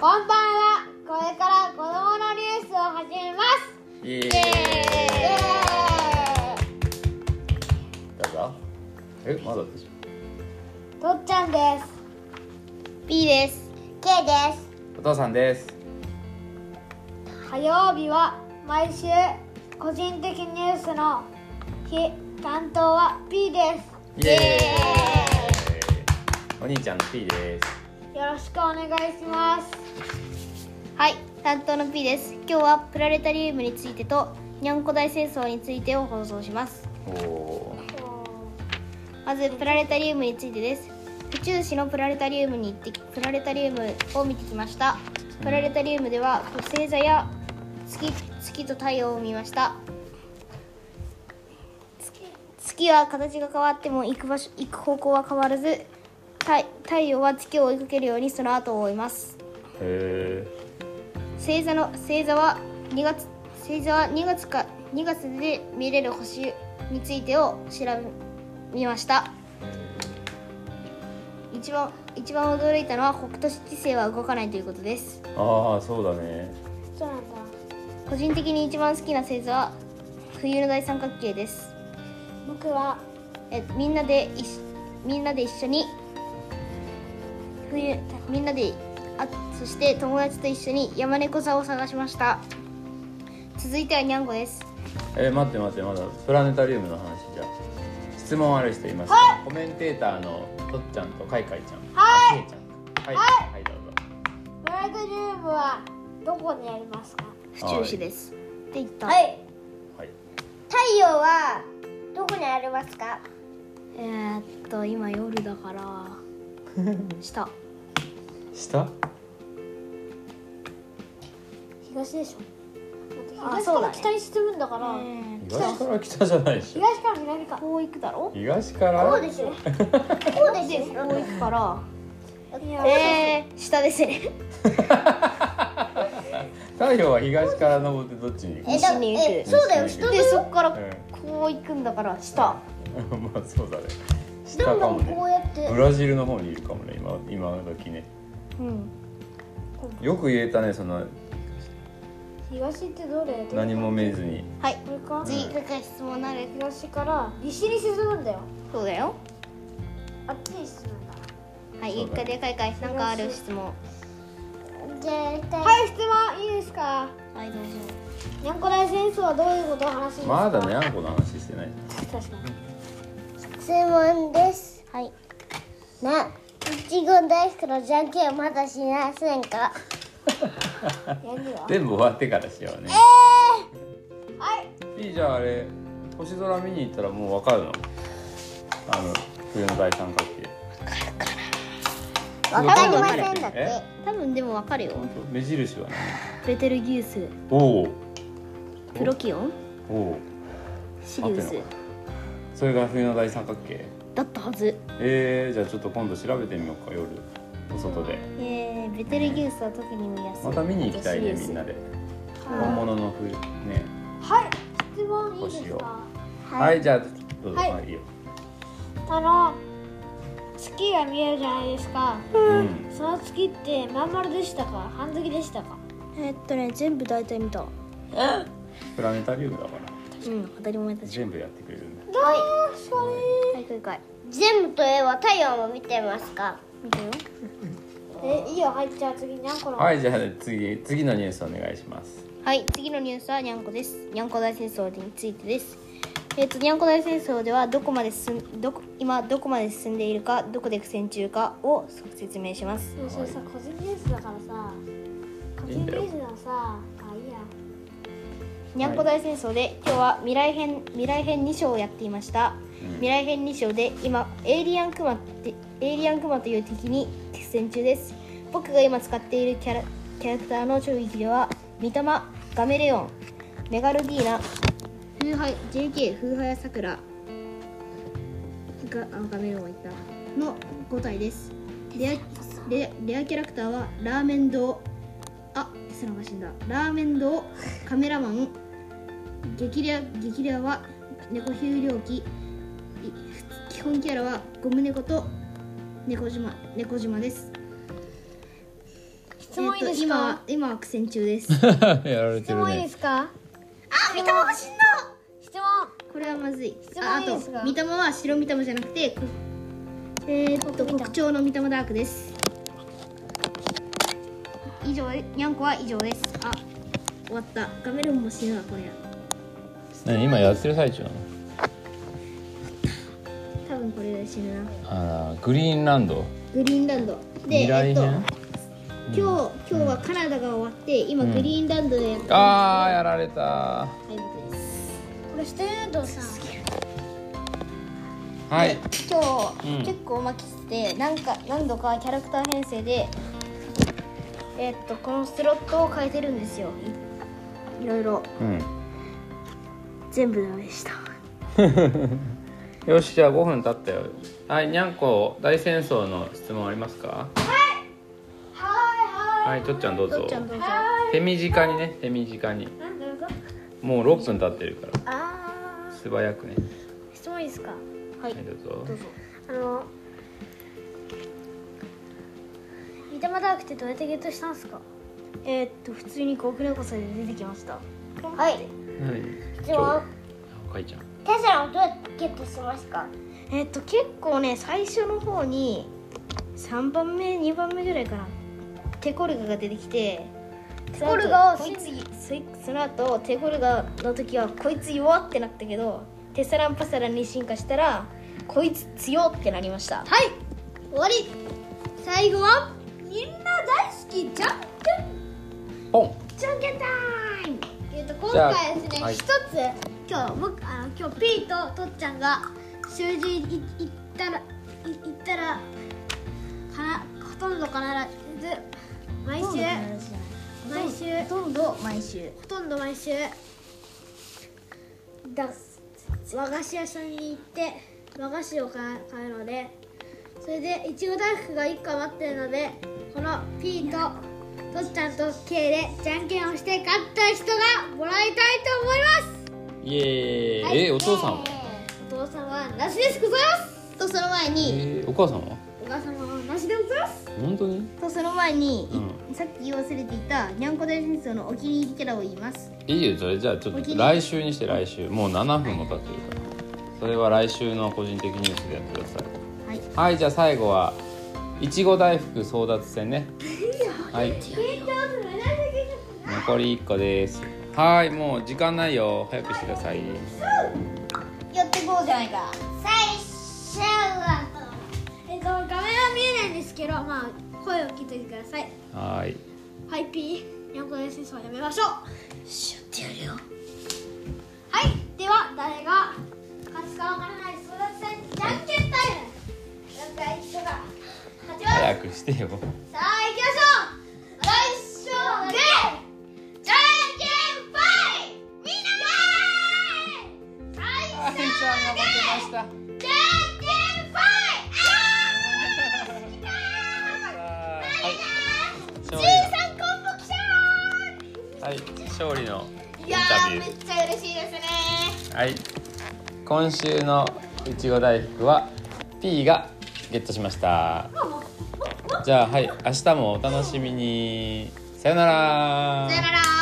こんばんは。これから子供のニュースを始めます。イエーイイエー誰だえまだでしょイとっちゃんです。 B です K です。お父さんです火曜日は毎週個人的ニュースの日担当は P でイエーイお兄ちゃんの P ですす。よろしくお願いします。はい担当の P です今日はプラネタリウムについてとにゃんこ大戦争についてを放送しますおおまずプラネタリウムについてです宇宙市のプラネタリウムに行ってプラネタリウムを見てきましたプラネタリウムでは星座や月月と太陽を見ました月月は形が変わっても行く場所行く方向は変わらず太太陽は月を追いかけるようにその後を追いますへえ星座の星座は2月星座は2月か2月で見れる星についてを調べ見ました一番一番驚いたのは北斗七星は動かないということですああそうだねそうなんだ。個人的に一番好きな星座は冬の大三角形です僕はえみんなで一緒みんなで一緒に冬みんなであそして友達と一緒に山猫座を探しました続いてはにゃんこですえ待って待ってまだプラネタリウムの話じゃ質問ある人いますか、コメンテーターのとっちゃんとかいかいちゃんはいちゃんはいはい、どうぞプラネタリウムはどこにありますか。府中市です。って言った。はい。はい太陽はどこにありますか。えー、っと今夜だ から下下東でしょあ東そかうだらね北に進むんだから、東から北じゃないでしょ東から南かこう行くだろ。東からそうですよこうですよこう行くから。いやえー、下ですね。太陽は東から登ってどっちに行くえ西に行くえそうだよ下でそこからうんこう行くんだから下。 まあそうだね下どかんどもんこうねやってブラジルの方にいるかもね今今時ねうん。よく言えたねその東ってどれどれ何も見えずにはい。これか次一回質問なる。東から西に沈むんだよそうだよ。あっちに進むんだはい。そう一だね回でかいかいなんかある質問。はい質問いいですかはいどうぞ。にゃんこ大戦争はどういうことを話すんですかまだねあんこの話してない確かに質問です。はい。な、いちご大福のじゃんけんまだしませんか。やるわ全部終わってからしようねはいいいじゃああれ星空見に行ったらもうわかるのあの冬の大三角形わかるかなわかりませんだって多分でもわかるよ。目印は何ベテルギウス、おおプロキオン、おおシリウ合っスてんのかそれが冬の大三角形だったはず。えー、じゃあちょっと今度調べてみようか夜お外でえー、ベテルギウスは特に見やすい。また見に行きたいねシリウみスんなで本物の冬ねはい質問いいですかはい、じゃあどうぞ、はいまあいいよ、あの月が見えるじゃないですかうん、その月ってまん丸でしたか半月でしたかえーっとね全部大体見たプラネタリウムだからうん当たり前だし全部やってくれるんだ確かはい来い来い全部といえば太陽も見てますか。見てよにえいいよはいじゃあ次にゃんこのはいじゃあ次次のニュースお願いしますはい次のニュースはにゃんこですにゃんこ大戦争についてですえーっとにゃんこ大戦争ではどこまで進んどこ今どこまで進んでいるかどこで苦戦中かを説明しますでもそれさ個人ニュースだからさ個いい人んニだュよースのさあいいやにゃんこ大戦争で今日は未来編未来編2章をやっていました、うん未来編2章で今エイリアンクマってエイリアンクマという敵に決戦中です僕が今使っているキャラキャラクターの衝撃ではミタマガメレオンメガロディーナ風ハ JK 風ハやさくらがあガメレオンがいたの5体ですレアレアレアキャラクターはラーメン堂あテスラが死んだラーメン堂カメラマン激レア激レアは猫ヒュー機基本キャラはゴム猫と猫島猫島です質問いいですか、今は今は苦戦中です やられて質る問いいでねすかあ、見たましんの質問これはまずい質問ああいいですかと見た目は白見た目じゃなくてこえー、っと黒国鳥の見た目ダークです以上でにゃんこは以上ですあ終わったガメルンも死ぬわこれ何今やってる最中なの多分これで死ぬなあらグリーンランドグリーンランドで未来えっと編今日今日はカナダが終わって今うんグリーンランドでやってまああやられたす敗北ですこれステルドさんはい今日、うん結構巻きしてなんか何度かキャラクター編成でえーっとこのスロットを変えてるんですよいいろいろうん全部ダメでしたよしじゃあ5分経ったよはいにゃんこ大戦争の質問ありますかははいとっちゃんどうぞとっちゃんどうぞ手短にね手短にいはいなんどういうこともう6分経ってるからあ素早くねー質問いいですかはいはいどうぞあの三玉ダークってどうやってゲットしたんですかえーっと普通にコクネコサで出てきましたはい、何質問かいちゃんテスラをどうやってゲットしますかえーっと結構ね最初の方に3番目2番目ぐらいかなテコルガが出てきてテコルガをこいつそいその後テコルガの時はこいつ弱ってなったけどテサランパサランに進化したらこいつ強ってなりましたはい終わり最後はみんな大好きじゃんけんポンじゃんけんタイムえっと今じゃあ回ですね一、はいつ今日僕あの今日ピーととっちゃんが習字い行ったらい行ったらかなほとんど必ず毎週毎週ほとんど毎週ほとんど毎週だ和菓子屋さんに行って和菓子を買う買うのでそれでいちご大福が1個余ってるのでこのピーととっちゃんと K でじゃんけんをして勝った人がもらいたいと思いますイエーイ、はいえお父さんは、お父さんはなしですございますとその前えにーお母さんはお母様はなしでございます本当にとその前に、いさっき言い忘れていたにゃんこ大戦争のお気に入りキャラを言いますいいよそれじゃあちょっと来週にして来週もう7分も経ってるからそれは来週の個人的ニュースでやってくださいはいはいじゃあ最後はいちご大福争奪戦ねはい残り1個ですはいもう時間ないよ早くしてくださいやってこうじゃないか最初はえっと画面は見えないんですけどまあ声を聞いてくださいはいはい、ピー、にゃんこ大戦争はやめましょう。シュッてやるよ。はい、では、誰が勝つかわからない争奪戦、じゃんけんタイム。なんか一緒が始まる。早くしてよさあ、行きましょう。来週で、じゃんけんぽいみんなであいちゃんが負けましじたゃんけんぽいはいはい勝利のインタビューめっちゃ嬉しいですね。はい今週のいちご大福は P がゲットしましたじゃあはい明日もお楽しみにさよならさよなら